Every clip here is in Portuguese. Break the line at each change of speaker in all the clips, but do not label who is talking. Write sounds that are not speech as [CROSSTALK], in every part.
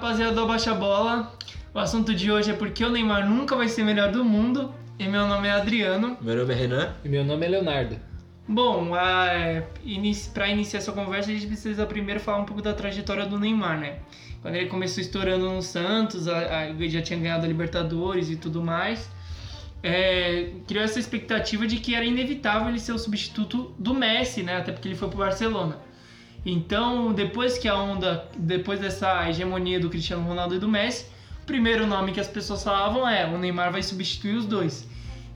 galera do Abaixa Bola. O assunto de hoje é porque o Neymar nunca vai ser melhor do mundo. E meu nome é Adriano.
Meu nome é Renan.
E meu nome é Leonardo.
Bom, a, é, inici- pra iniciar essa conversa, a gente precisa primeiro falar um pouco da trajetória do Neymar, né? Quando ele começou estourando no Santos, a, a, ele já tinha ganhado a Libertadores e tudo mais. é, criou essa expectativa de que era inevitável ele ser o substituto do Messi, né? Até porque ele foi pro Barcelona. Então, depois que a onda, depois dessa hegemonia do Cristiano Ronaldo e do Messi, o primeiro nome que as pessoas falavam é o Neymar vai substituir os dois.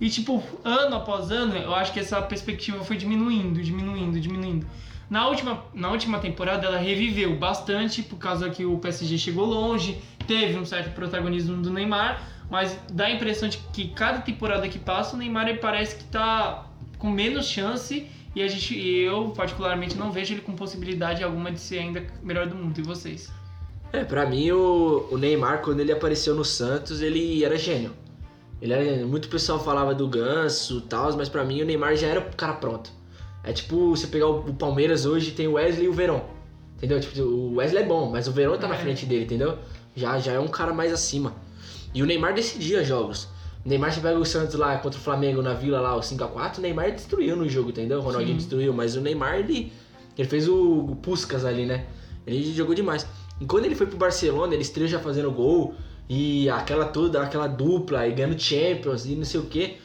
E tipo, ano após ano, eu acho que essa perspectiva foi diminuindo, diminuindo, diminuindo. Na última, na última temporada ela reviveu bastante por causa que o PSG chegou longe, teve um certo protagonismo do Neymar, mas dá a impressão de que cada temporada que passa o Neymar ele parece que tá com menos chance e a gente, e eu particularmente não vejo ele com possibilidade alguma de ser ainda melhor do mundo. E vocês?
É, pra mim o, o Neymar, quando ele apareceu no Santos, ele era gênio. Ele era gênio. Muito pessoal falava do Ganso e tal, mas pra mim o Neymar já era o cara pronto. É tipo você pegar o, o Palmeiras hoje, tem o Wesley e o Verón. Entendeu? Tipo, o Wesley é bom, mas o Verón tá na
É.
frente dele, entendeu? Já, já é um cara mais acima. E o Neymar decidia jogos. O Neymar, você pega o Santos lá contra o Flamengo na Vila lá, o 5x4, o Neymar destruiu no jogo, entendeu? O Ronaldinho
Sim.
destruiu, mas o Neymar, ele, ele fez o, o Puskas ali, né? Ele jogou demais. E quando ele foi pro Barcelona, ele estreou já fazendo gol, e aquela toda, aquela dupla, e ganhando Champions, e não sei o quê.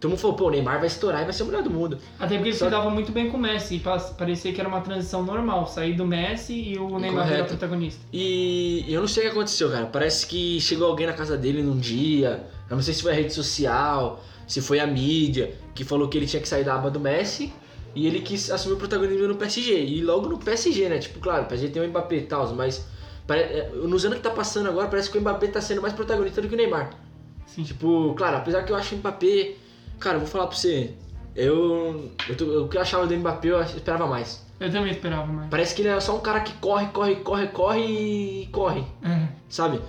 Todo mundo falou, pô, o Neymar vai estourar e vai ser o melhor do mundo.
Até porque ele
Só-
se dava muito bem com o Messi, e pas- parecia que era uma transição normal, sair do Messi e o Neymar
Correto.
virar protagonista.
E eu não sei o que aconteceu, cara. Parece que chegou alguém na casa dele num dia. Eu não sei se foi a rede social, se foi a mídia, que falou que ele tinha que sair da aba do Messi. E ele quis assumir o protagonismo no PSG. E logo no PSG, né? Tipo, claro, o PSG tem o Mbappé e tal, mas pare- é, nos anos que tá passando agora, parece que o Mbappé tá sendo mais protagonista do que o Neymar.
Sim.
Tipo, claro, apesar que eu acho o Mbappé. Cara, eu vou falar pra você. Eu. eu tô- o que eu achava do Mbappé, eu ach- esperava mais.
Eu também esperava mais.
Parece que ele é só um cara que corre, corre, corre, corre e corre
É.
sabe?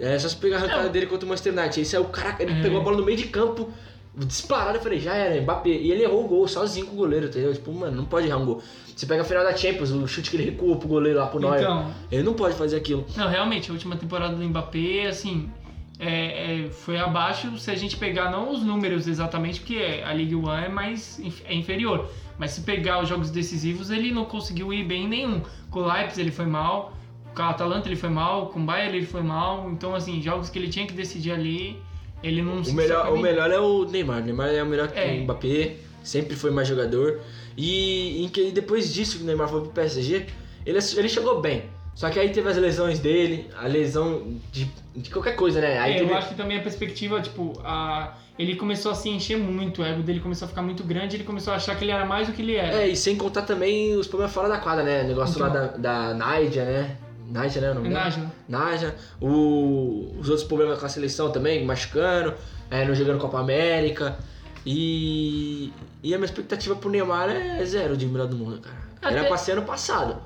É só você pegar a arrancada dele contra o Manchester United. Esse é o cara, ele
É.
pegou a bola no meio de campo, disparado, eu falei, já era, Mbappé. E ele errou o gol sozinho com o goleiro, entendeu? Tipo, mano, não pode errar um gol. Você pega a final da Champions, o chute que ele recua pro goleiro lá pro Neuer.
Então,
Ele não pode fazer aquilo.
não, realmente, a última temporada do Mbappé, assim, é, é, foi abaixo se a gente pegar não os números exatamente, porque é, a Ligue 1 é mais inf- é inferior. Mas se pegar os jogos decisivos, ele não conseguiu ir bem em nenhum. Com o Leipzig ele foi mal, com a Atalanta ele foi mal, com o Bayern ele foi mal. Então, assim, jogos que ele tinha que decidir ali, ele não
O
se
melhor,
sacou
o
bem.
melhor é o Neymar. O Neymar é o melhor que
É.
o Mbappé, sempre foi mais jogador. E em que- depois disso que o Neymar foi pro PSG, ele, ass- ele chegou bem. Só que aí teve as lesões dele, a lesão de, de qualquer coisa, né? Aí
É,
teve-
eu acho que também a perspectiva, tipo, a... ele começou a se encher muito, o ego dele começou a ficar muito grande, ele começou a achar que ele era mais do que ele era.
É, e sem contar também os problemas fora da quadra, né? O negócio
Então.
lá da, da Nádia, né? Nádia, né? O
é
nome dela?
Nájila.
Nádia. O, os outros problemas com a seleção também, machucando, é, não jogando Copa América. E, e a minha expectativa pro Neymar é zero de melhor do mundo, cara.
Até-
Era pra ser ano passado.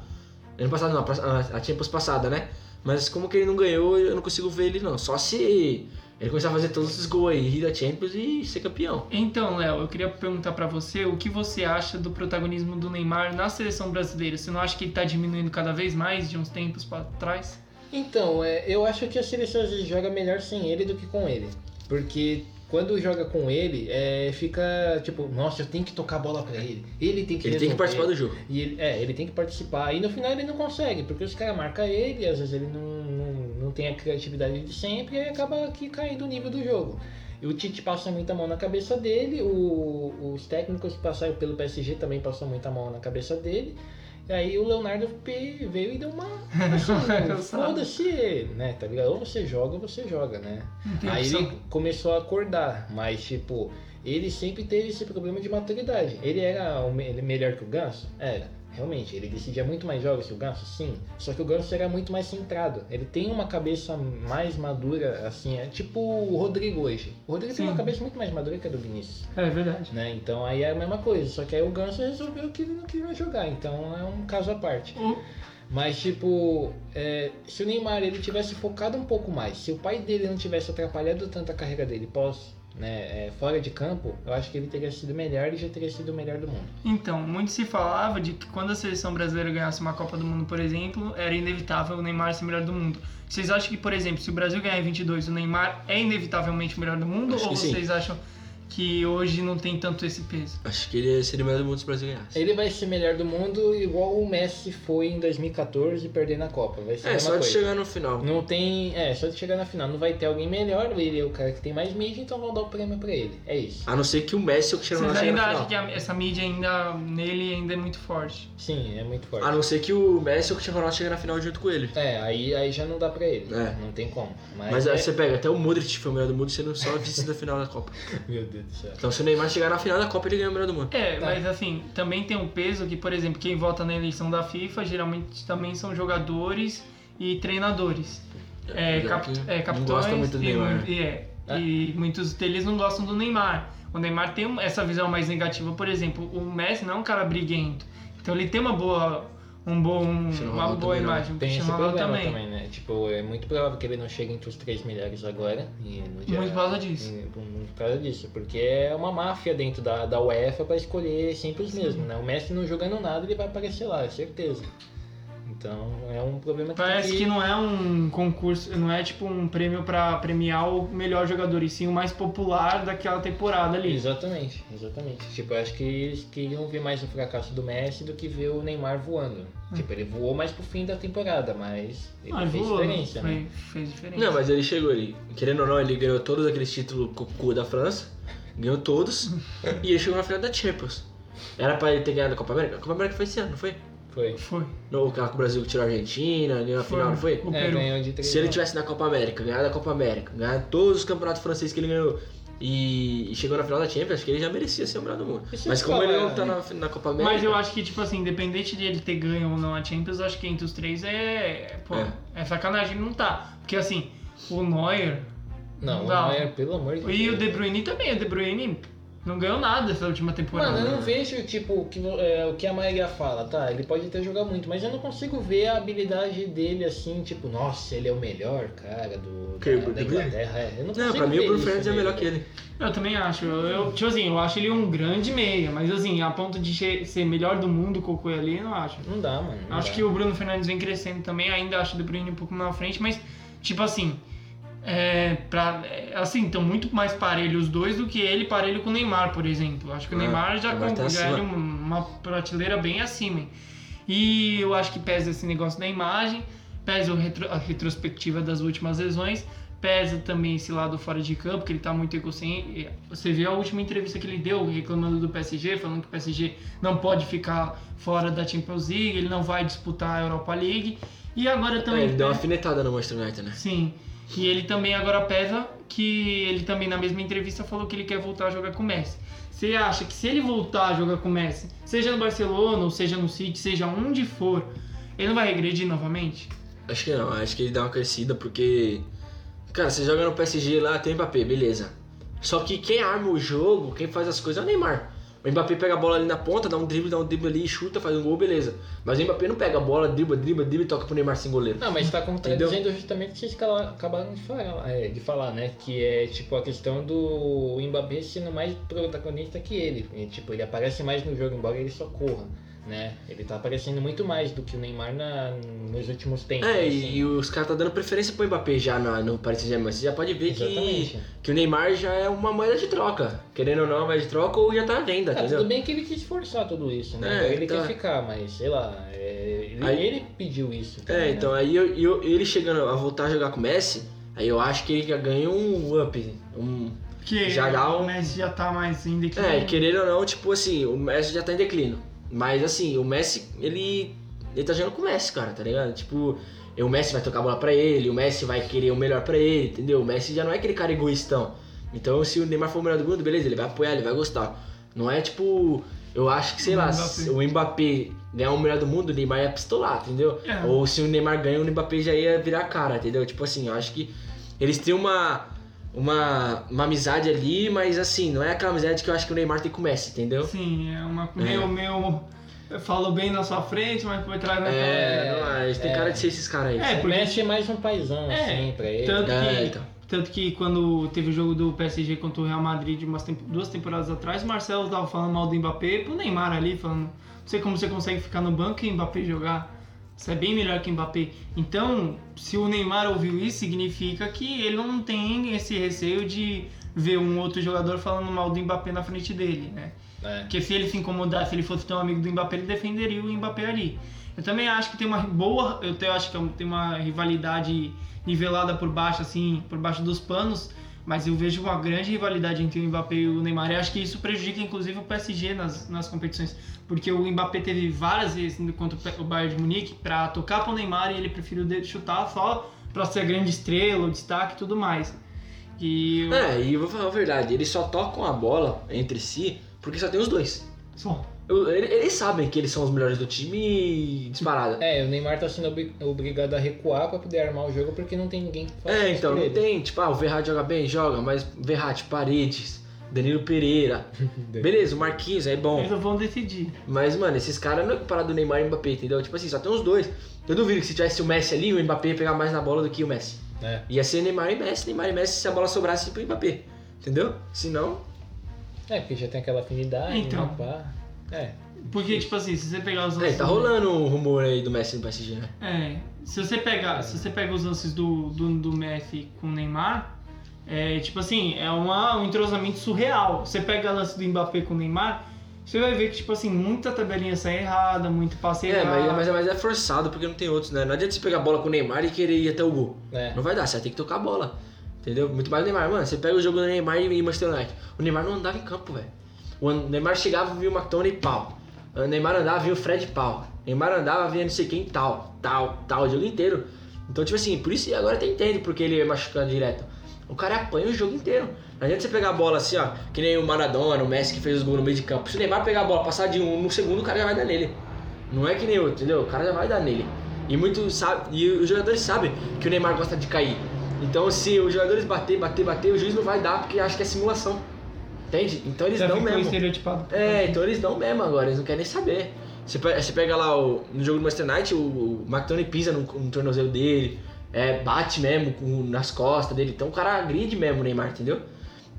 Ano passado não, a, a Champions passada, né? Mas como que ele não ganhou, eu não consigo ver ele não. Só se ele começar a fazer todos esses gols aí da Champions e ser campeão.
Então, Léo, eu queria perguntar pra você o que você acha do protagonismo do Neymar na seleção brasileira. Você não acha que ele tá diminuindo cada vez mais de uns tempos pra trás?
Então, é, eu acho que a seleção às vezes joga melhor sem ele do que com ele. Porque quando joga com ele, é, fica tipo, nossa, eu tenho que tocar a bola pra ele. Ele tem que
Ele tem que
resolver.
participar do jogo.
E ele, é, ele tem que participar. E no final ele não consegue, porque os caras marcam ele, às vezes ele não, não, não tem a criatividade de sempre e aí acaba aqui caindo o nível do jogo. E o Tite passa muita mão na cabeça dele, o- os técnicos que passaram pelo PSG também passam muita mão na cabeça dele. E aí o Leonardo P veio e deu uma. assim, Foda-se, ele, né? Tá ligado? Ou você joga ou você joga, né?
Não tem
Aí
opção.
ele começou a acordar, mas tipo, ele sempre teve esse problema de maturidade. Ele era o me- ele melhor que o Ganso? Era. Realmente, ele decidia muito mais jogos que o Ganso, sim. Só que o Ganso era muito mais centrado. Ele tem uma cabeça mais madura, assim, é tipo o Rodrigo hoje. O Rodrigo tem
Sim.
uma cabeça muito mais madura que a do Vinícius.
É verdade.
Né? Então aí é a mesma coisa. Só que aí o Ganso resolveu que ele não queria jogar. Então é um caso à parte.
Hum?
O-
Mas, tipo, é, se o Neymar ele tivesse focado um pouco mais, se o pai dele não tivesse atrapalhado tanto a carreira dele pós né, é, fora de campo, eu acho que ele teria sido melhor e já teria sido o melhor do mundo.
Então, muito se falava de que quando a seleção brasileira ganhasse uma Copa do Mundo, por exemplo, era inevitável o Neymar ser o melhor do mundo. Vocês acham que, por exemplo, se o Brasil ganhar em 22, o Neymar é inevitavelmente o melhor do mundo?
Acho
ou
que sim.
vocês acham que hoje não tem tanto esse peso?
Acho que ele seria o melhor do mundo se o Brasil ganhasse.
Ele vai ser melhor do mundo igual o Messi foi em 2014 perdendo a Copa. Vai ser a
É,
mesma
só de
coisa.
chegar no final.
Não tem. É, só de chegar na final. Não vai ter alguém melhor, ele é o cara que tem mais mídia, então vão dar o prêmio pra ele. É isso.
A não ser que o Messi ou o Cristiano
Vocês
Ronaldo chegue
ainda
na
acham
final.
que a- essa mídia ainda nele ainda é muito forte?
Sim, é muito forte.
A não ser que o Messi ou o Cristiano Ronaldo chegue na final junto com ele.
É, aí, aí já não dá pra ele.
É.
Não tem como. Mas,
Mas assim-
é-
aí você pega até o Modric foi o melhor do mundo sendo só vice da final da Copa.
Meu Deus do céu.
Então se o Neymar chegar na final da Copa, ele ganha o melhor do mundo.
É, mas assim, também tem um peso que, por exemplo, quem vota na eleição da FIFA geralmente também são jogadores e treinadores. É,
Já
cap-
que
é,
não
capitães
gosta muito do
e-
Neymar.
E, é,
É.
e muitos deles não gostam do Neymar. O Neymar tem um- essa visão mais negativa, por exemplo, o Messi não é um cara briguento. Então ele tem uma boa um bom
Cristiano
uma
Ronaldo
boa
também não. é?
imagem, o
Tem esse
Cristiano
problema
Ronaldo
também.
também.
né? Tipo, é muito provável que ele não chegue entre os três melhores agora. E no dia-
Muito por causa disso.
e por- Muito por causa disso. Porque é uma máfia dentro da, da UEFA pra escolher sempre os mesmos, né? O Messi não jogando nada, ele vai aparecer lá, é certeza. Então, é um problema que tem
Parece que não é um concurso, não é tipo um prêmio pra premiar o melhor jogador, e sim o mais popular daquela temporada ali.
Exatamente, exatamente. Tipo, eu acho que eles queriam ver mais o fracasso do Messi do que ver o Neymar voando.
Hum.
Tipo, ele voou mais pro fim da temporada, mas ele
Mas
fez
voou,
diferença, né?
foi- Ah, fez diferença.
Não, mas ele chegou ali. Querendo ou não, ele ganhou todos aqueles títulos cocô da França. Ganhou [LAUGHS] todos. e ele chegou na final da Champions. Era pra ele ter ganhado a Copa América? A Copa América foi esse ano, não foi?
Foi.
Foi.
No o cara que o Brasil tirou a Argentina, ganhou a
Foi.
final, não foi?
O
É,
Peru.
ganhou de três
Se ele
não.
tivesse na Copa América, ganhado a Copa América, ganhado todos os campeonatos franceses que ele ganhou e, e chegou na final da Champions, acho que ele já merecia ser o melhor do mundo.
Deixa
Mas
eu
como ele
falar,
não tá na, na Copa América.
né? Mas eu acho que, tipo assim, independente de ele ter ganho ou não a Champions, eu acho que entre os três é. Pô,
É.
é, sacanagem ele não tá. Porque assim, o Neuer
Não, o
Não.
Neuer, pelo amor de Deus.
e o De Bruyne também. O De Bruyne não ganhou nada essa última temporada.
Mano, eu não vejo, tipo, o que, é, o que a Maria fala, tá? Ele pode até jogar muito, mas eu não consigo ver a habilidade dele assim, tipo, nossa, ele é o melhor cara do,
Que,
da,
o
da
De Bruyne?
Inglaterra. É, eu não consigo
Não, pra mim
ver
o Bruno
isso né?
Fernandes é
nele.
melhor que ele.
Eu também acho. Eu, eu- tipo assim, eu acho ele um grande meia, mas assim, a ponto de che- ser melhor do mundo, Cocô ali, eu não acho.
Não dá, mano. não
É.
Acho
dá.
que o Bruno Fernandes vem crescendo também, ainda acho o De Bruyne um pouco na frente, mas, tipo assim, é, pra, é, assim, estão muito mais parelhos os dois do que ele parelho com o Neymar, por exemplo. Acho que o
É,
Neymar já,
Neymar
com-
tá
já é
acima.
uma, uma prateleira bem acima. hein? E eu acho que pesa esse negócio da imagem, pesa o retro- a retrospectiva das últimas lesões, pesa também esse lado fora de campo, que ele tá muito egocêntrico. Você viu a última entrevista que ele deu reclamando do PSG, falando que o PSG não pode ficar fora da Champions League, ele não vai disputar a Europa League. E agora
É,
também. né?
ele deu uma afinetada no Manchester United, né?
Sim. E ele também agora pesa que ele também na mesma entrevista falou que ele quer voltar a jogar com o Messi. Você acha que se ele voltar a jogar com o Messi, seja no Barcelona, ou seja no City, seja onde for, ele não vai regredir novamente?
Acho que não, acho que ele dá uma crescida porque. Cara, você joga no PSG lá, tem Mbappé, beleza. Só que quem arma o jogo, quem faz as coisas é o Neymar. O Mbappé pega a bola ali na ponta, dá um drible, dá um drible ali, chuta, faz um gol, beleza. Mas o Mbappé não pega a bola, dribla, dribla, dribla e toca pro Neymar sem goleiro.
Não, mas tá contradizendo justamente o que vocês cala- acabaram de falar, é, de falar, né? Que é tipo a questão do Mbappé sendo mais protagonista que ele. E, tipo, ele aparece mais no jogo, embora ele só corra, né? Ele tá aparecendo muito mais do que o Neymar na- nos últimos tempos.
É,
assim.
e, e os caras tá dando preferência pro Mbappé já na- no Paris Saint-Germain. Você já pode ver que,
Exatamente.
que o Neymar já é uma moeda de troca. Querendo ou não, é uma moeda de troca ou já tá à venda,
Ah, tudo
entendeu?
bem que ele quis forçar tudo isso, né?
É,
Agora ele
então-
quer ficar, mas sei lá, é, ele,
Aí-
ele pediu isso. também,
É,
né?
então aí eu- eu- ele chegando a voltar a jogar com o Messi, aí eu acho que ele já ganha um up. Um...
Porque
Já dá um-
o Messi já tá mais ainda que.
É, e querendo ou não, tipo assim, o Messi já tá em declínio. Mas assim, o Messi, ele. Ele tá jogando com o Messi, cara, tá ligado? Tipo, e o Messi vai tocar a bola pra ele, o Messi vai querer o melhor pra ele, entendeu? O Messi já não é aquele cara egoístão. Então, se o Neymar for o melhor do mundo, beleza, ele vai apoiar, ele vai gostar. Não é tipo. Eu acho que, sei lá,
Mbappé.
se o Mbappé ganhar o melhor do mundo, o Neymar ia pistolar, entendeu?
É.
Ou se o Neymar ganha, o Mbappé já ia virar cara, entendeu? Tipo assim, eu acho que eles têm uma, uma, uma amizade ali, mas assim, não é aquela amizade que eu acho que o Neymar tem com o Messi, entendeu?
Sim, é uma. Meu, meu. Eu falo bem na sua frente, mas por trás na
É,
tua-
não, eles têm cara de ser esses caras aí.
É,
O
porque-
Messi é mais um paizão,
É,
assim, pra ele.
tanto-
É, então.
Tanto que quando teve o jogo do PSG contra o Real Madrid umas tempo- duas temporadas atrás, o Marcelo tava falando mal do Mbappé pro Neymar ali, falando: não sei como você consegue ficar no banco e o Mbappé jogar. Você é bem melhor que o Mbappé. Então, se o Neymar ouviu isso, significa que ele não tem esse receio de ver um outro jogador falando mal do Mbappé na frente dele, né?
É.
Porque se ele se incomodar, se ele fosse tão amigo do Mbappé, ele defenderia o Mbappé ali. Eu também acho que tem uma boa, eu até acho que é um, tem uma rivalidade nivelada por baixo, assim, por baixo dos panos, mas eu vejo uma grande rivalidade entre o Mbappé e o Neymar. E acho que isso prejudica, inclusive, o PSG nas, nas competições, porque o Mbappé teve várias vezes contra o Pe- o Bayern de Munique pra tocar pro Neymar e ele preferiu de- chutar só pra ser a grande estrela, o destaque e tudo mais. E eu-
É, e vou falar a verdade, eles só tocam a bola entre si porque só tem os dois.
só
Eu- ele- Eles sabem que eles são os melhores do time e disparada.
É, o Neymar tá sendo obri- obrigado a recuar pra poder armar o jogo porque não tem ninguém que faça
É,
isso
então,
por
não
[LAUGHS] ele.
tem, tipo, ah, o Verratti joga bem, joga, mas Verratti, Paredes, Danilo Pereira. Beleza, o Marquinhos é bom.
eles vão decidir.
Mas, mano, esses caras não é parado do Neymar e Mbappé, entendeu? Tipo assim, só tem os dois. Eu duvido que se tivesse o Messi ali, o Mbappé ia pegar mais na bola do que o Messi.
É.
Ia ser Neymar e Messi, Neymar e Messi se a bola sobrasse pro Mbappé. Entendeu? Se não.
É, porque já tem aquela afinidade,
Então.
né, pá. É,
Porque, tipo assim, se você pegar os
É, tá
lances-
rolando um rumor aí do Messi no PSG, né?
É, se você pegar, se você pega os lances do, do, do Messi com o Neymar, é tipo assim, é uma, um entrosamento surreal. Você pega o lance do Mbappé com o Neymar, você vai ver que, tipo assim, muita tabelinha sai errada, muito passe
É,
errado.
mas, mas, mas é forçado porque não tem outros, né? Não adianta você pegar a bola com o Neymar e querer ir até o gol.
é.
Não vai dar, você vai ter que tocar a bola. Entendeu? Muito mais o Neymar. Mano, você pega o jogo do Neymar e Manchester United. O Neymar não andava em campo, velho. O An- Neymar chegava, via o McTominay, pau. O Neymar andava, via o Fred, pau. O Neymar andava, via não sei quem, tal, tal, tal, o jogo inteiro. Então, tipo assim, por isso agora até entende porque ele é machucando direto. O cara apanha o jogo inteiro. Não adianta você pegar a bola assim, ó, que nem o Maradona, o Messi que fez os gols no meio de campo. Se o Neymar pegar a bola, passar de um no segundo, o cara já vai dar nele. Não é que nem outro, entendeu? O cara já vai dar nele. E muito sabe, e os jogadores sabem que o Neymar gosta de cair. Então se os jogadores bater, bater, bater, o juiz não vai dar porque acha que é simulação. Entende? Então eles
já
dão
ficou
mesmo.
estereotipado.
É, então eles dão mesmo agora, eles não querem nem saber. Você pe- você pega lá o- no jogo do Master Night, o, o McTony pisa no, no tornozelo dele, é, bate mesmo com- nas costas dele, então o cara agride mesmo o Neymar, entendeu?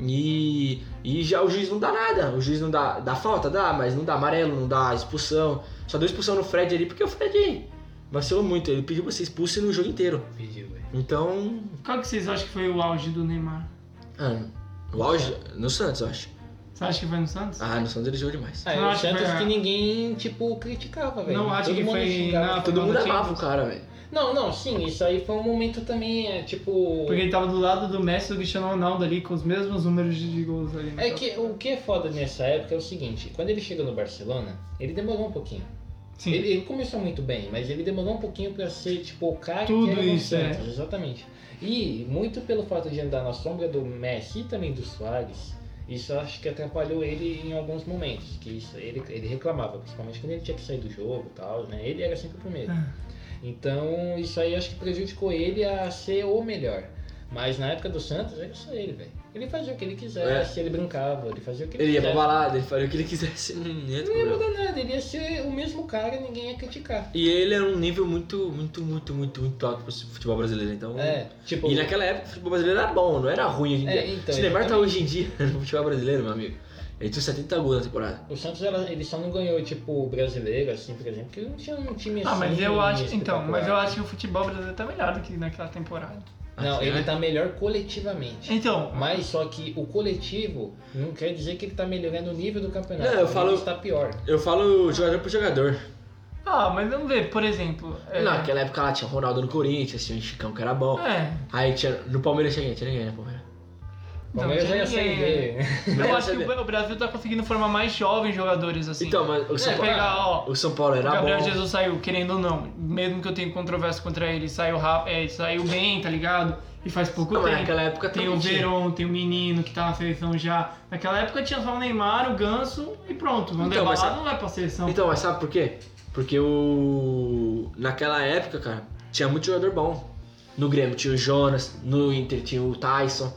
E, e já o juiz não dá nada, o juiz não dá, dá falta, dá, mas não dá amarelo, não dá expulsão. Só deu expulsão no Fred ali porque o Fred vacilou muito, ele pediu pra ser expulso no jogo inteiro.
Pediu, velho.
Então,
Qual que vocês acham que foi o auge do Neymar?
ah, o auge no Santos, eu acho.
Você acha que vai no Santos?
Ah, no Santos ele jogou demais.
Ah,
Eu
era o
acho que
Santos
foi a-
que ninguém, tipo, criticava, velho.
Não acho
Todo
que
mundo
foi
xingava.
na-
Todo mundo
Não,
amava o cara, velho.
Não, não, sim, isso aí foi um momento também, é, tipo...
Porque ele tava do lado do Messi e do Cristiano Ronaldo ali, com os mesmos números de gols ali. né?
É que o que é foda nessa época é o seguinte, quando ele chega no Barcelona, ele demorou um pouquinho.
Sim.
Ele, ele começou muito bem, mas ele demorou um pouquinho pra ser tipo o cara
Tudo
que era no
isso, é.
Santos, exatamente. E muito pelo fato de andar na sombra do Messi e também do Soares, isso eu acho que atrapalhou ele em alguns momentos, que isso ele, ele reclamava, principalmente quando ele tinha que sair do jogo, e tal, né? Ele era sempre o primeiro.
Ah.
Então, isso aí acho que prejudicou ele a ser o melhor. Mas na época do Santos era só ele, velho. Ele fazia o que ele quisesse, ele brincava, ele fazia o que ele,
É. Ele ia pra tipo,
quisesse.
balada, ele faria o que É. Uhum, ele quisesse. não ia ter
Não ia
problema.
mudar nada, ele ia ser o mesmo cara, ninguém ia criticar.
E ele era um nível muito, muito, muito, muito, muito alto pro futebol brasileiro, então.
É, tipo.
E naquela época o futebol brasileiro era bom, não era ruim hoje em
É,
dia.
então,
Se o Neymar tá
exatamente.
hoje em dia [LAUGHS] no futebol brasileiro, meu amigo, ele tinha 70 gols na temporada.
O Santos ela- ele só não ganhou, tipo, o brasileiro, assim, por exemplo, porque não tinha um time assim.
Ah, mas eu acho. Então, mas eu
espetacular.
acho que o futebol brasileiro tá melhor do que naquela temporada.
Não,
Assim,
ele
né?
tá melhor coletivamente.
Então,
Mas só que o coletivo não quer dizer que ele tá melhorando o nível do campeonato.
Não, eu
O
falo-
nível está pior.
Eu falo jogador por jogador.
Ah, mas vamos ver, por exemplo. é-
Naquela época lá tinha o Ronaldo no Corinthians, tinha o Chicão que era bom.
É.
Aí tinha. No Palmeiras tinha quem? Tinha ninguém, né, Palmeiras?
O Palmeiras já
tinha
ia sair
ninguém, né?
dele.
Eu acho que o Brasil tá conseguindo formar mais jovens jogadores assim.
é Então, mas
É,
o São
Você
Paulo.
pegar, ó,
O São Paulo
o
era
Gabriel
bom.
Jesus saiu, querendo ou não, mesmo que eu tenha controvérsia contra ele, saiu rápido, é, saiu bem, tá ligado? E faz pouco
Não, mas
tempo.
naquela época
Tem
também
o
tinha.
Verón, tem o menino que tá na seleção já. Naquela época tinha só o Neymar, o Ganso e pronto. O Vander
Então, mas-
Balada não vai pra seleção.
Então, mas sabe por quê? Porque o. Naquela época, cara, tinha muito jogador bom. No Grêmio tinha o Jonas, no Inter tinha o Tyson,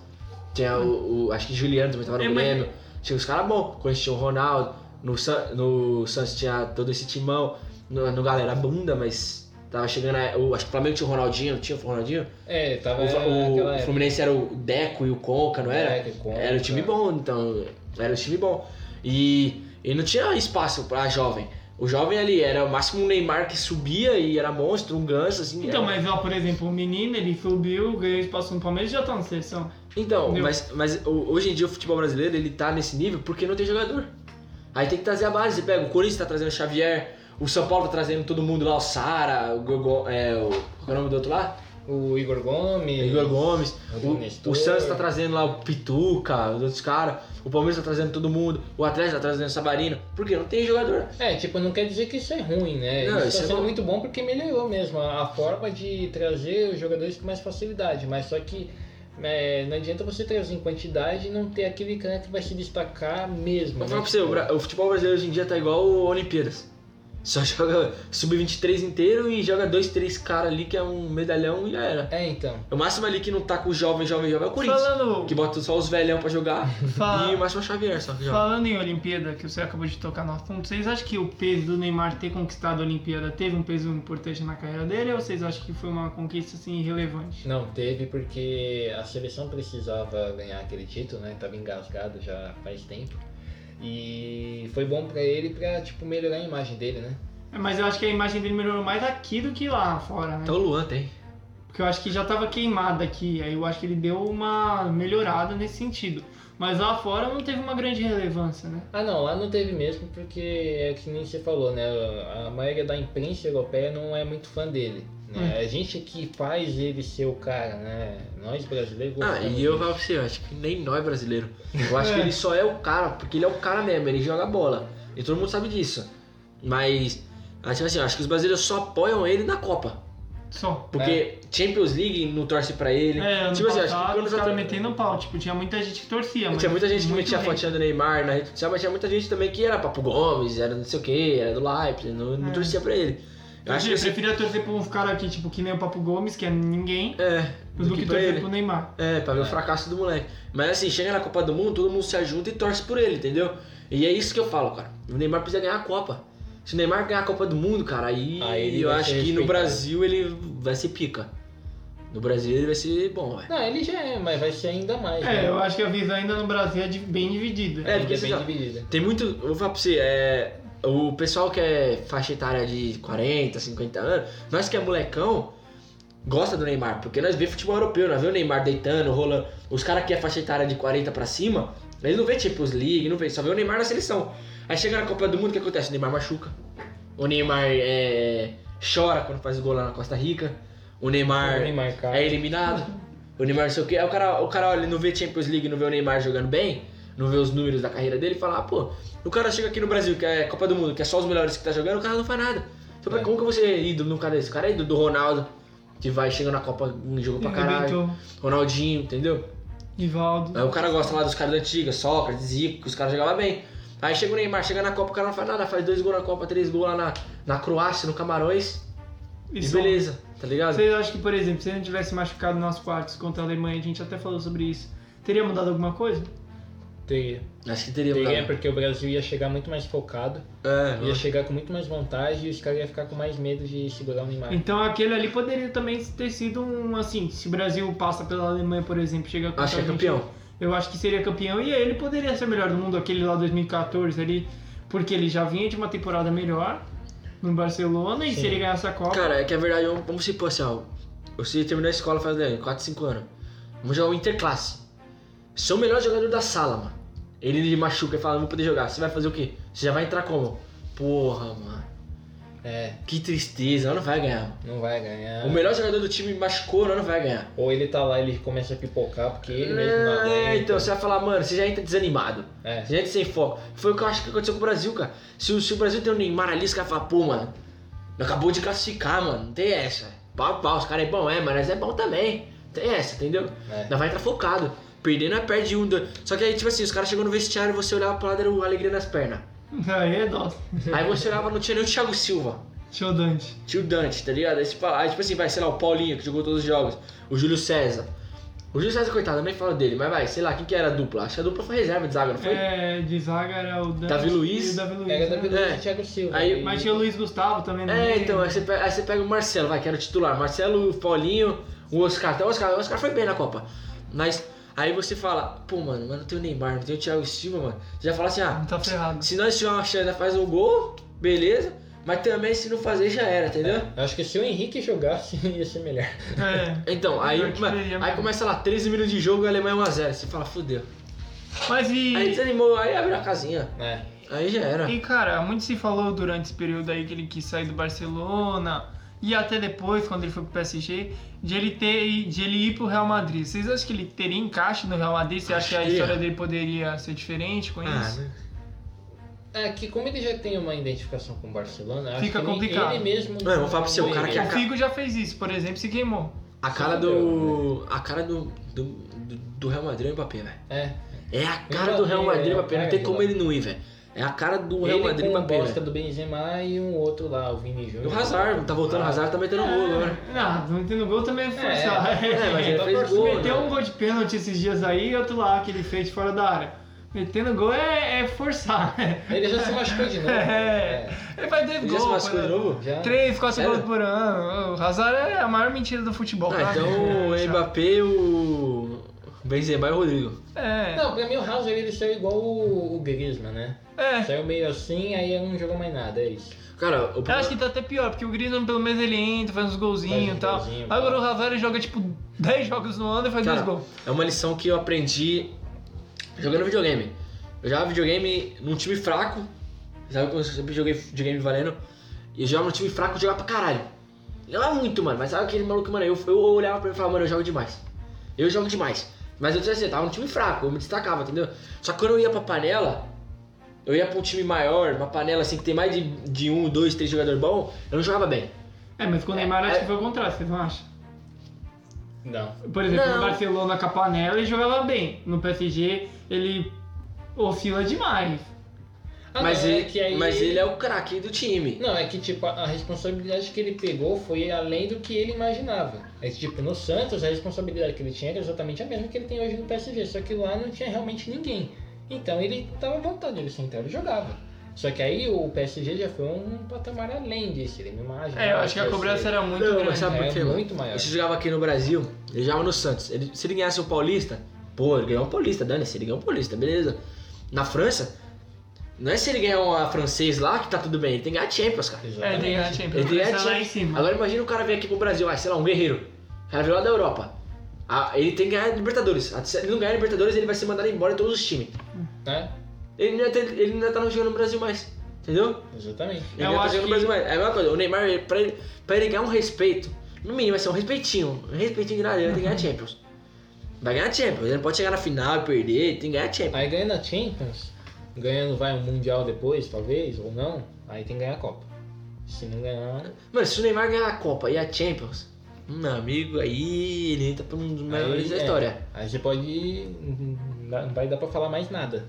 tinha o. o- acho que Juliano também tava no
É, mas-
Grêmio. Tinha os caras bons. Quando tinha o Ronaldo, no, San, no Santos tinha todo esse timão. No, no galera bunda, mas Tava chegando. A, o, acho que o Flamengo tinha o Ronaldinho, não tinha o Ronaldinho?
[LAUGHS] É,
o,
tava
o-
naquela
o
época.
Fluminense era o Deco e o Conca, não era?
Deco e Conca.
Era um time bom, então. Era um time bom. E, e não tinha espaço pra jovem. O jovem ali era o máximo um Neymar que subia e era monstro, um ganso, assim.
Então,
era-
mas ó, por exemplo, o menino, ele subiu, ganhou espaço no Palmeiras e já tá na seleção.
Então,
Entendeu?
mas, mas o- hoje em dia o futebol brasileiro ele tá nesse nível porque não tem jogador. Aí tem que trazer a base. Você pega o Corinthians tá trazendo o Xavier, o São Paulo tá trazendo todo mundo lá, o Sara, o, Gogo- é, o, qual é o nome do outro lá?
O Igor Gomes.
Igor Gomes.
Rodrigo
O, o
Nestor.
Santos tá trazendo lá o Pituca, os outros caras. O Palmeiras tá trazendo todo mundo. O Atlético tá trazendo o Sabarino. Porque não tem jogador.
É, tipo, não quer dizer que isso é ruim, né?
Não,
isso,
isso é
tá sendo
bom.
muito bom porque melhorou mesmo a, a forma de trazer os jogadores com mais facilidade, mas só que é, não adianta você trazer em quantidade e não ter aquele cara que vai se destacar mesmo.
Vou
né?
falar pra você, o, bra- o futebol brasileiro hoje em dia tá igual o Olimpíadas. Só [LAUGHS] joga sub-23 inteiro e joga dois, três caras ali que é um medalhão e já era.
É, então.
O máximo ali que não tá com o jovem, jovem, jovem é o Corinthians.
Falando,
Que bota só os velhão pra jogar.
Fala.
E o máximo é o Xavier, só que joga.
falando em Olimpíada, que você acabou de tocar no assunto, vocês acham que o peso do Neymar ter conquistado a Olimpíada teve um peso importante na carreira dele ou vocês acham que foi uma conquista assim irrelevante?
Não, teve porque a seleção precisava ganhar aquele título, né? Tava engasgado já faz tempo. E foi bom pra ele pra, tipo, melhorar a imagem dele, né?
É, Mas eu acho que a imagem dele melhorou mais aqui do que lá fora, né?
Então o Luan tem.
Porque eu acho que já tava queimada aqui, aí eu acho que ele deu uma melhorada nesse sentido. Mas lá fora não teve uma grande relevância, né?
Ah não, lá não teve mesmo, porque é que nem você falou, né? A maioria da imprensa europeia não é muito fã dele. Né? A gente que faz ele ser o cara, né? Nós brasileiros.
Ah,
gostamos
e eu
disso.
falo pra você, eu acho que nem nós brasileiro. Eu acho
É.
que ele só é o cara, porque ele é o cara mesmo, ele joga bola. E todo mundo sabe disso. Mas, assim, assim, eu acho que os brasileiros só apoiam ele na Copa.
Só.
Porque Champions League não torce pra ele.
É, ano
tipo assim, acho que
passado
quando
os
já
caras
tá-
metendo pau, tipo, tinha muita gente que torcia, mas
Tinha muita gente que
muito
metia a
hate.
fotinha do Neymar na rede social, mas tinha muita gente também que era Papo Gomes, era não sei o que, era do Leipzig, não, não
É.
torcia pra ele. Eu acho que
eu
assim,
preferia torcer pra uns caras aqui, tipo, que nem o Papo Gomes, que é ninguém,
é,
do, que,
pra
torcer
ele.
pro Neymar.
É, pra ver o
É.
fracasso do moleque. Mas assim, chega na Copa do Mundo, todo mundo se ajuda e torce por ele, entendeu? E é isso que eu falo, cara. O Neymar precisa ganhar a Copa. Se o Neymar ganhar a Copa do Mundo, cara, aí,
Aí ele
eu
vai
acho
ser
que no
respeitado.
Brasil ele vai ser pica. No Brasil ele vai ser bom, velho.
Não, ele já é, mas vai ser ainda mais.
É,
né?
eu acho que a visão ainda no Brasil é de- bem dividida.
É,
Ainda
porque
é
você
bem
já-
dividida.
Tem muito. eu Vou falar pra você, é. O pessoal que é faixa etária de 40, 50 anos, nós que é molecão, gosta do Neymar, porque nós vê futebol europeu, nós vê o Neymar deitando, rolando. Os caras que é faixa etária de 40 pra cima, eles não vê Champions League, não vê, só vê o Neymar na seleção. Aí chega na Copa do Mundo, o que acontece? O Neymar machuca. O Neymar é, chora quando faz gol lá na Costa Rica. O Neymar,
O Neymar cai.
é eliminado. O Neymar não sei o quê. Aí o cara, o cara olha, não vê Champions League, não vê o Neymar jogando bem, não vê os números da carreira dele e fala, ah, pô, o cara chega aqui no Brasil, que é Copa do Mundo, que é só os melhores que tá jogando, o cara não faz nada. Então,
É.
como que você é ídolo num cara desse? O cara é ídolo do Ronaldo, que vai, chega na Copa, um jogo
É,
pra caralho. É,
Arrebentou.
Ronaldinho, entendeu?
Ivaldo.
Aí o cara gosta lá dos caras da antiga, Sócrates, Zico, que os caras jogavam bem. Aí chega o Neymar, chega na Copa, o cara não faz nada, faz dois gols na Copa, três gols lá na, na Croácia, no Camarões,
E
e
só-
beleza, tá ligado?
Vocês acham que, por exemplo, se ele não tivesse machucado nós quartos contra a Alemanha, a gente até falou sobre isso, teria mudado alguma coisa?
Teria.
Acho que teria
Teria
mudado.
é
é
porque o Brasil ia chegar muito mais focado,
É,
ia chegar com muito mais vontade e os caras iam ficar com mais medo de segurar o Neymar.
É. Hum.
Então aquele ali poderia também ter sido um, assim, se o Brasil passa pela Alemanha, por exemplo, chega contra
acho que
a
é
Argentina,
campeão.
Eu acho que seria campeão e ele poderia ser o melhor do mundo, aquele lá 2014 ali, porque ele já vinha de uma temporada melhor no Barcelona e
Sim.
se ele ganhasse a Copa,
Cara, é que a verdade, vamos- vamos supor assim, ó. Você terminou a escola faz 10, 4, 5 anos. Vamos jogar o Interclasse. Sou o melhor jogador da sala, mano. Ele lhe machuca e fala, não vou poder jogar. Você vai fazer o quê? Você já vai entrar como? Porra, mano.
É,
Que tristeza, nós não vai ganhar.
não vai ganhar.
O melhor jogador do time machucou, nós não vai ganhar.
Ou ele tá lá e ele começa a pipocar porque ele mesmo não né?
É,
aguenta.
então você vai falar, mano, você já entra desanimado.
É.
Você já entra sem foco. Foi o que eu acho que aconteceu com o Brasil, cara. Se o, se o Brasil tem o Neymar ali, os caras falam, pô, mano, acabou de classificar, mano. Não tem essa. Pau, pau, os caras é bom, é, mas nós é bom também. Não Tem essa, entendeu?
É.
Ainda vai entrar focado. Perdendo é perde um. dois. Só que aí, tipo assim, os caras chegou no vestiário e você olhava pro lado, era o alegria nas pernas.
[LAUGHS] aí é dó.
Aí você olhava, não tinha nem o Thiago Silva.
Tio Dante.
Tio Dante, tá ligado? Aí, você fala- aí, tipo assim, vai, sei lá, o Paulinho, que jogou todos os jogos. O Júlio César. O Júlio César, coitado, eu nem falo dele, mas vai, sei lá, quem que era a dupla? Acho que a dupla foi reserva de zaga, não foi?
É, de zaga era o Dante
Davi Luiz?
e o Davi Luiz.
Era
né?
da Vila
É.
do Thiago Silva.
Aí-
E-
Mas tinha o Luiz Gustavo também, né?
É, então, aí você, pega, aí você pega o Marcelo, vai, que era o titular. Marcelo, o Paulinho, o Oscar. Até o Oscar, o Oscar foi bem na Copa. Mas aí você fala, pô, mano, mas não tem o Neymar, não tem o Thiago Silva, mano. Você já fala assim, ah,
Não tá ferrado.
[LAUGHS] se nós tivermos uma chance, nós faz um gol, beleza. Mas também se não fazer, já era, entendeu?
Eu acho que se o Henrique jogasse, [LAUGHS] ia ser melhor.
É.
Então, aí,
Eu te
ma-
veria
aí
mesmo.
começa lá, 13 minutos de jogo, a Alemanha 1x0. Você fala, fudeu.
Mas e.
Aí desanimou, aí abre a casinha.
É.
Aí já era.
E cara, muito se falou durante esse período aí que ele quis sair do Barcelona e até depois, quando ele foi pro PSG, de ele ter de ele ir pro Real Madrid. Vocês acham que ele teria encaixe no Real Madrid? Você acha que a
Acho que- é.
história dele poderia ser diferente com
Ah,
isso?
né?
É que como ele já tem uma identificação com o Barcelona, acho
Fica
que nem
complicado.
ele mesmo...
Mano, eu vou falar pra você, o cara que é
o
a-
Figo já fez isso, por exemplo, se queimou.
A cara do. A cara do. Do, do- do Real Madrid é o Mbappé, velho.
É,
É a cara do Real
Mbappé,
Madrid
é,
e Mbappé. Não tem
é,
como ele não ir, velho. É a cara do Real
ele
Madrid e
com a
Mbappé,
bosta
velho.
do Benzema e um outro lá, o Vini
E
Júnior.
O Hazard, tá voltando o Hazard, tá metendo gol agora.
Não, não tendo gol também é forçar. [LAUGHS]
É, mas ele
tá
fez
torcendo,
gol, né?
Meteu um gol de pênalti esses dias aí e outro lá que ele fez de fora da área. Metendo gol é, é forçar.
Ele já se
[LAUGHS]
machucou de novo. né?
É. Ele faz dois
Ele já
gols.
se machucou de
quando-
novo? né?
Já.
3, 4
Sério?
gols por ano. O Hazard é a maior mentira do futebol. tá?
Ah,
cara. [LAUGHS]
então o Mbappé, o. Benzema e o Rodrigo.
É.
Não, pra mim o Hazard ele saiu igual o, o Griezmann, né?
É.
Saiu meio assim, aí não jogou mais nada, é isso.
Cara, o.
Eu acho que tá até pior, porque o Griezmann pelo menos ele entra, faz uns golzinhos
Faz
e
um
uns
tal.
golzinhos,
Agora
pá.
o Hazard ele joga tipo 10 jogos no ano e faz
Cara,
dois gols.
É uma lição que eu aprendi jogando videogame. Eu jogava videogame num time fraco, sabe quando eu sempre joguei videogame valendo? E eu jogava num time fraco e jogava pra caralho. Jogava muito, mano, mas sabe aquele maluco, mano, eu, eu olhava pra ele e falava, mano, eu jogo demais. Eu jogo demais. Mas eu disse assim, eu tava num time fraco, eu me destacava, entendeu? Só que quando eu ia pra panela, eu ia pra um time maior, uma panela assim que tem mais de, de um, dois, três jogadores bons, eu não jogava bem.
É, mas com o Neymar
É,
acho
é.
que foi o contrário, vocês não acham?
Não.
Por exemplo,
Não.
no Barcelona com a panela ele jogava bem. No PSG ele oscila demais.
Ah,
mas,
não, é
ele,
que aí-
mas ele é o craque do time.
Não, é que tipo, a a responsabilidade que ele pegou foi além do que ele imaginava. É que, tipo, no Santos a responsabilidade que ele tinha era exatamente a mesma que ele tem hoje no PSG, só que lá não tinha realmente ninguém. Então ele tava à vontade, ele sentava e jogava. Só que aí o PSG já foi um patamar além disso, ele não imaginava.
É, eu acho que a
ia
cobrança
ser-
era muito
Não, mas
grande. né?
sabe-
é,
por quê, mano?
muito maior.
Ele jogava aqui no Brasil, ele jogava no Santos. Ele- se ele ganhasse o Paulista, pô, ele ganhou o Paulista, dane-se, ele ganhou o Paulista, beleza. Na França, não é se ele ganhar uma francês lá que tá tudo bem, ele tem que ganhar a Champions, cara.
É, tem a Champions.
Ele tem que ganhar a
Essa lá em
Champions.
cima.
Agora imagina o cara vir aqui pro Brasil, ah, sei lá, um guerreiro. O cara veio lá da Europa. Ah, ele tem que ganhar a Libertadores. Ah, Se ele não ganhar a Libertadores, ele vai ser mandado embora de todos os times.
Né?
Ele não ia ter- ele não ia estar jogando no Brasil mais, entendeu?
Exatamente.
Ele
Eu
não tá
acho que-
jogando no Brasil mais. É a mesma coisa, o Neymar, ele- pra ele, pra ele ganhar um respeito, no mínimo vai ser um respeitinho, um respeitinho de nada, ele tem que ganhar a Champions. Vai ganhar a Champions, ele não pode chegar na final e perder, ele tem que ganhar a Champions.
Aí ganha na Champions, ganhando vai um Mundial depois, talvez, ou não, aí tem que ganhar a Copa. Se não ganhar,
Mano, se o Neymar ganhar a Copa e a Champions, meu amigo, aí ele entra pra um dos maiores
Aí,
da
é.
história.
Aí você pode. Não vai dar pra falar mais nada.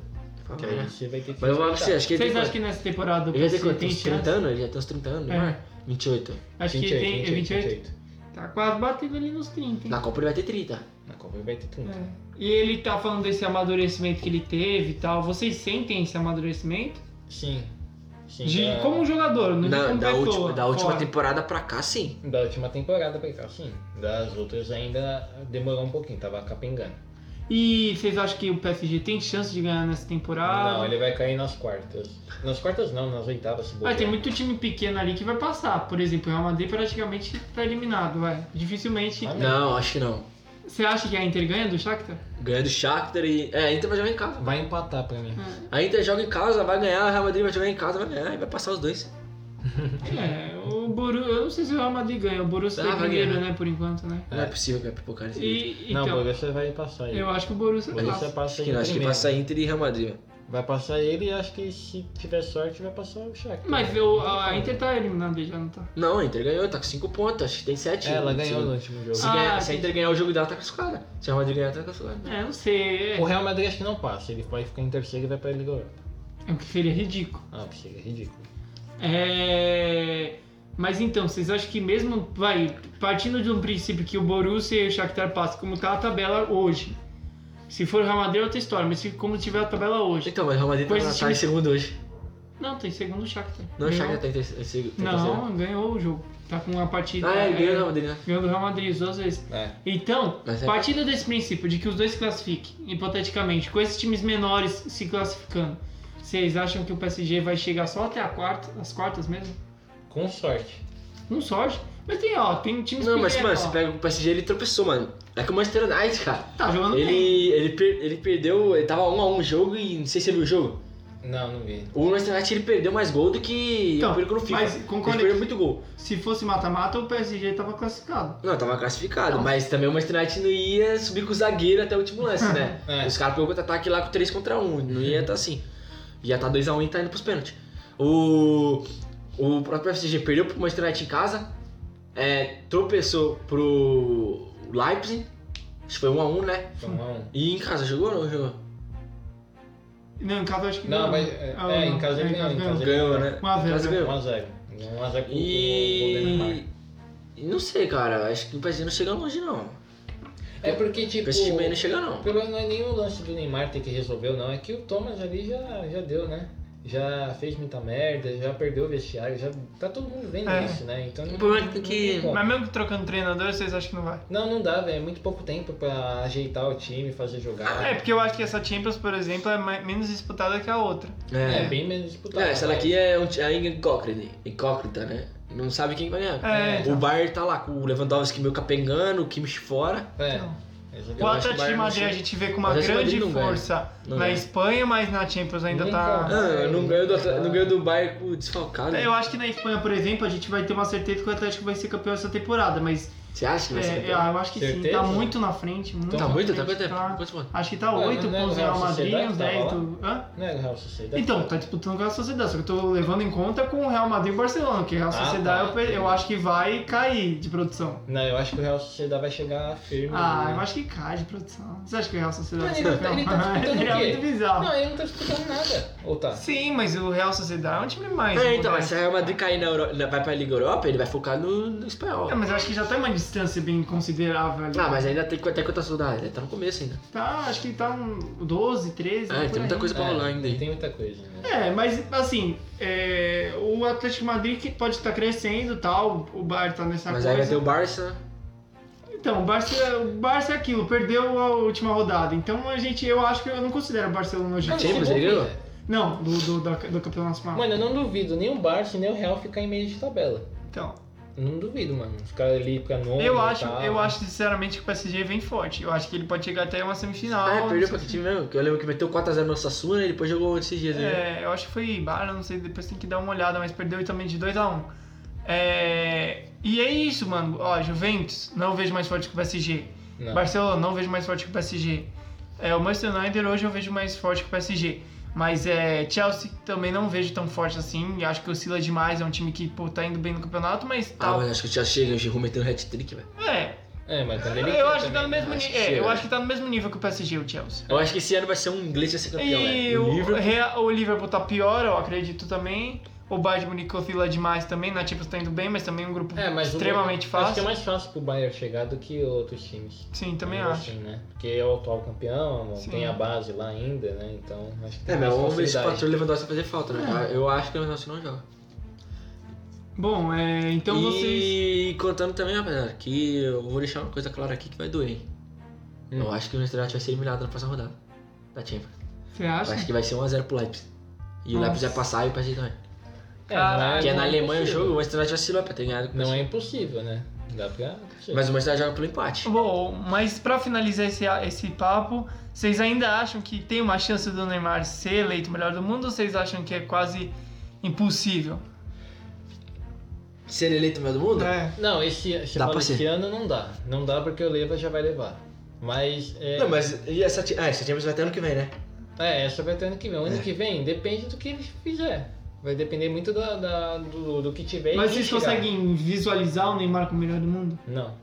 Fala,
Porque aí
né?
você vai ter
Mas
que.
eu vou falar pra você,
respeitar.
acho que ele
Vocês
tem
acham
quanto?
que nessa temporada o
Ele vai ter
PSG
quanto?
tem
Uns
chance?
30 anos? Ele já tem uns 30 anos,
É.
né? 28.
Acho que
28,
tem é 28.
28.
Tá quase batendo ali nos 30. hein?
Na Copa ele vai ter 30.
Na Copa vai ter 30.
É. E ele tá falando desse amadurecimento que ele teve e tal. Vocês sentem esse amadurecimento?
Sim. Sim.
De,
da,
Como um jogador, não
Na-
como
É. da,
pessoa.
última, da última
fora.
temporada pra cá, sim.
da última temporada pra cá, sim. Das outras ainda demorou um pouquinho, tava capengando.
E vocês acham que o PSG tem chance de ganhar nessa temporada?
é
Não, ele vai cair nas quartas. Nas quartas não, nas oitavas se
Vai
bobear.
ter Ah, muito time pequeno ali que vai passar. Por exemplo, o Real Madrid praticamente tá eliminado, vai. Dificilmente.
Ah, não.
Não, acho que não.
Você acha que a Inter ganha do Shakhtar?
Ganha do Shakhtar e... É, a Inter vai jogar em casa.
Vai empatar pra mim.
A Inter joga em casa, vai ganhar, o Real Madrid vai jogar em casa, vai ganhar e vai passar os dois.
É, o Boru... Eu não sei se o Real Madrid ganha. O Borussia
Ah,
foi
vai
primeiro,
ganhar. é
né, por enquanto, né?
Não é possível que vai pipocar esse vídeo.
E,
Não, o
então,
Borussia vai passar ele.
eu acho que o Borussia,
é
O Borussia
passa.
passa
Acho que
ele.
não, acho que
primeiro. né?
passa Inter e Real Madrid. mano.
Vai passar ele e acho que se tiver sorte vai passar o Shakhtar.
Mas eu, a Inter tá eliminada já, não tá?
Não, a Inter ganhou, tá com 5 pontos, acho que tem 7.
É, Ela ganhou no último jogo.
Se,
Ah,
ganhar- se a
entendi.
Inter ganhar o jogo dela, tá classificada. Se a Real Madrid ganhar, tá classificada.
É, não sei. É,
O Real Madrid acho que não passa, ele pode ficar em terceiro e vai pra Liga Europa.
é o que seria ridículo.
Ah, chega, é ridículo.
É... Mas então, vocês acham que mesmo, vai, partindo de um princípio que o Borussia e o Shakhtar passam como tá a tabela hoje. Se for o Real Madrid é outra história, mas se como tiver a tabela hoje.
Então, mas o Real Madrid tá,
Pois
tá
esse time-
em segundo hoje.
Não, tem segundo o Shakhtar.
Não, o
Ganhou.
Shakhtar tá em ter- em segundo. tá em terceiro.
Não, ganhou o jogo. Tá com uma partida.
Ah, é, ele ganhou o
é,
Real Madrid, né?
ganhou do Real Madrid duas vezes.
É.
Então,
Mas é-
partindo desse princípio de que os dois se classifiquem, hipoteticamente, com esses times menores se classificando, vocês acham que o PSG vai chegar só até a quarta, as quartas mesmo?
Com sorte.
Não sorte. Mas tem, ó, tem times
Não, mas,
pequenos,
mano,
ó.
você pega o PSG, ele tropeçou, mano. É que o Manchester United, cara.
Tá jogando bem.
Ele, ele, per- ele perdeu, ele tava 1 a 1 o jogo e não sei se você viu o jogo.
Não, não vi.
O Manchester United ele perdeu mais gol do que
Então,
o Perco no FIFA.
mas concorda
ele perdeu
que-
muito gol.
Se fosse mata-mata, o PSG tava classificado.
Não, tava classificado,
Não.
mas também o Manchester United não ia subir com o zagueiro até o último
Hum.
lance, né?
É.
Os caras pegou contra-ataque lá com 3 contra 1, não ia tá assim. Ia tá 2x1 e tá indo pros pênaltis. O, o próprio FCG perdeu pro Manchester United em casa, é, tropeçou pro Leipzig, acho que foi 1x1, né?
Foi um a
[LAUGHS]
um.
E em casa jogou ou não jogou?
Não, em casa eu acho que ganhou.
Não, mas é,
Ah,
é,
não.
em casa ele
É, em
ganhou. Em casa ele
Ganhou, né?
Um a zero,
Em casa
né?
ganhou.
1x0. 1x0 com o Neymar.
E. e Não sei, cara. Acho que o PSG não chega longe, não.
É porque, tipo.
Tipo, esse time aí não chega, não.
Pelo não é nenhum lance do Neymar ter que resolver, não. É que o Thomas ali já, já deu, né? Já fez muita merda, já perdeu o vestiário, já tá todo mundo vendo
É.
isso, né? Então
O problema é que tem que-
tem como.
Mas mesmo que trocando treinador, vocês acham que não vai?
Não, não dá, velho. É muito pouco tempo pra ajeitar o time, fazer jogar.
Ah,
É, porque eu acho que essa Champions, por exemplo, é mais- menos disputada que a outra.
É, bem menos
Não,
disputado.
essa daqui é, um, é incógnita, incógnita, né? Não sabe quem vai ganhar.
É,
O Bayern tá lá com o Lewandowski meio capengando, o Kimmich fora.
É.
Não. O
exatamente.
Eu acho que o
Atlético de Madrid
Bayern não
a
chega.
gente vê com uma
O Atlético de
grande
Madrid não ganha.
força
Não
na
ganha.
Espanha, mas na Champions ainda
Nunca.
tá.
Ah, não ganhou do, Atl- não ganhou do Bayern com o desfalcado.
É, Eu acho que na Espanha, por exemplo, a gente vai ter uma certeza que o Atlético vai ser campeão essa temporada, mas
Você acha que vai ser
é, eu
campeão?
acho que sim,
Certeza?
tá muito na frente. Muito
Tá
na
muito? Tá
frente,
quanto tempo? Quantos pontos?
Acho que tá
Ué,
8
não é
pontos do
Real
Real Madrid,
Sociedade
uns
que tá
10
lá?
do. Hã?
Não é o Real Sociedade.
Então, tá disputando com a Sociedade, só que eu tô levando em conta com o Real Madrid e o Barcelona, porque o Real
Ah,
Sociedade
tá.
eu, pe- eu acho que vai cair de produção.
Não, eu acho que o Real Sociedade vai chegar firme.
Ah,
né?
eu acho que cai de produção. Você acha que o Real Sociedade
Mas
vai ser
ele tá- ele
campeão? [LAUGHS]
tá disputando o
Seria
quê?
muito bizarro.
Não, ele não tá disputando nada. Ou tá?
Sim, mas o Real Sociedade é um time mais.
É, então, mas
modesto.
se a Real Madrid cair na Euro... na- vai pra Liga Europa, ele vai focar no, no espanhol.
É, mas eu acho que já tá uma distância bem considerável ali.
Ah, mas ainda tem até quantas rodadas? Ele tá no começo ainda.
Tá, acho que tá um 12, 13.
É,
por
tem muita
aí.
coisa pra rolar ainda aí.
Tem muita coisa, né?
É, mas assim, é, o Atlético de Madrid que pode estar crescendo e tal, o Bayern tá nessa
Mas aí
coisa.
vai ter o Barça.
Então, o Barça, o Barça é aquilo, perdeu a última rodada. Então a gente, eu acho que eu não considero o Barcelona hoje.
Cara,
em dia.
Champions,
se
ele
bobear-
Não, do, do, da- do campeonato nacional.
Mano, eu não duvido nem o Barça nem o Real ficar em meio de tabela.
Então,
Não duvido, mano. Ficar ali pra nono.
eu
e
tá.
acho,
tal.
eu acho sinceramente que o PSG vem forte. Eu acho que ele pode chegar até uma semifinal.
Ah, é, perdeu pra
não
que
sei
time mesmo? Que eu lembro que meteu 4x0 no Sassuna e depois jogou esses dias. né?
É, eu acho que foi Bara, não sei, depois tem que dar uma olhada, mas perdeu também de 2x1. É, e é isso, mano. Ó, Juventus, não vejo mais forte que o PSG.
Não.
Barcelona, não vejo mais forte que o PSG. É, o Manchester United hoje eu vejo mais forte que o PSG. Mas é, Chelsea também não vejo tão forte assim. Acho que oscila demais. É um time que pô, tá indo bem no campeonato, mas tá.
Ah, mas acho que o Thiago chega, o Giroud metendo hat-trick, um velho.
É,
É, mas também ele
eu
quer
acho que tá no
também,
mesmo
né?
nível.
Acho que
eu
chega.
acho que tá no mesmo nível que o PSG, o Chelsea.
Eu acho que esse ano vai ser um inglês vai ser campeão,
E
velho. Um
o
O Liverpool.
Rea- o Liverpool tá pior, eu acredito também. O Bayern de Munique oscila demais também. Na Champions tá indo bem, mas também um grupo
É, mas o-
extremamente
Acho que
fácil.
é mais fácil pro Bayern chegar do que outros times.
Sim, também
Ainda
acho.
assim, né? Porque é o atual campeão,
Sim.
tem a base lá ainda, né? Então acho que tem
É, mas
mais
vamos ver se o
facilidade.
Patrulho Lewandowski vai fazer falta, né? Eu acho que o Lewandowski não joga.
Bom, é, então
e
vocês.
contando também, rapaziada, que eu vou deixar uma coisa clara aqui que vai doer, hein?
Hum.
Eu acho que o Manchester United vai ser eliminado na próxima rodada da Champions.
Você
Eu acho
acha?
que vai ser 1x0 pro Leipzig. E o
Nossa.
Leipzig vai passar e o PSG também.
Caralho.
Porque é
não
na Alemanha o
impossível.
jogo, o Manchester United vacilou pra ter ganhado. com
Não
o
é
PSG.
impossível, né? Dá pra.
Mas o Manchester United joga pelo empate.
Bom, mas pra finalizar esse, esse papo, vocês ainda acham que tem uma chance do Neymar ser eleito o melhor do mundo ou vocês acham que é quase impossível?
Ser eleito o melhor do mundo?
É.
Não, esse, se
Dá
fala
pra
esse
ser.
ano não dá. Não dá porque o Leva já vai levar. Mas. É,
Não, mas e essa, ti- ah, essa Champions vai até ano que vem, né?
é essa vai ter ano que vem. Ano
É.
que vem depende do que ele fizer. Vai depender muito da, da- do, do que tiver. e
Mas
quem
vocês
chegar.
conseguem visualizar o Neymar como o melhor do mundo?
Não.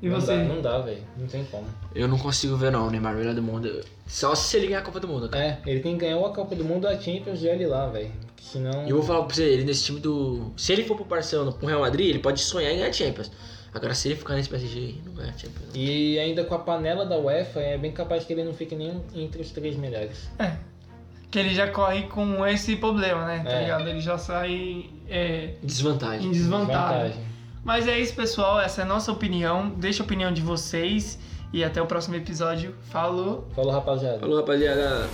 E
não
você?
Dá, não dá, velho. Não tem como.
Eu não consigo ver, não, o Neymar melhor do mundo. Só se ele ganhar a Copa do Mundo, cara.
É, ele tem que ganhar ou a Copa do Mundo ou a Champions e olha lá, velho. Porque Senão.
E eu vou falar pra você, ele nesse time do. Se ele for pro Barcelona, pro Real Madrid, ele pode sonhar em ganhar Champions. Agora, se ele ficar nesse PSG, ele não ganha Champions. né? não.
E ainda com a panela da UEFA, é bem capaz que ele não fique nem entre os três melhores.
Que ele já corre com esse problema, né? Tá
É.
ligado? Ele já sai é,
Desvantagem.
em desvantagem. Mas é isso, pessoal. Essa é a nossa opinião. Deixa a opinião de vocês. E até o próximo episódio. Falou!
Falou, rapaziada.
Falou, rapaziada.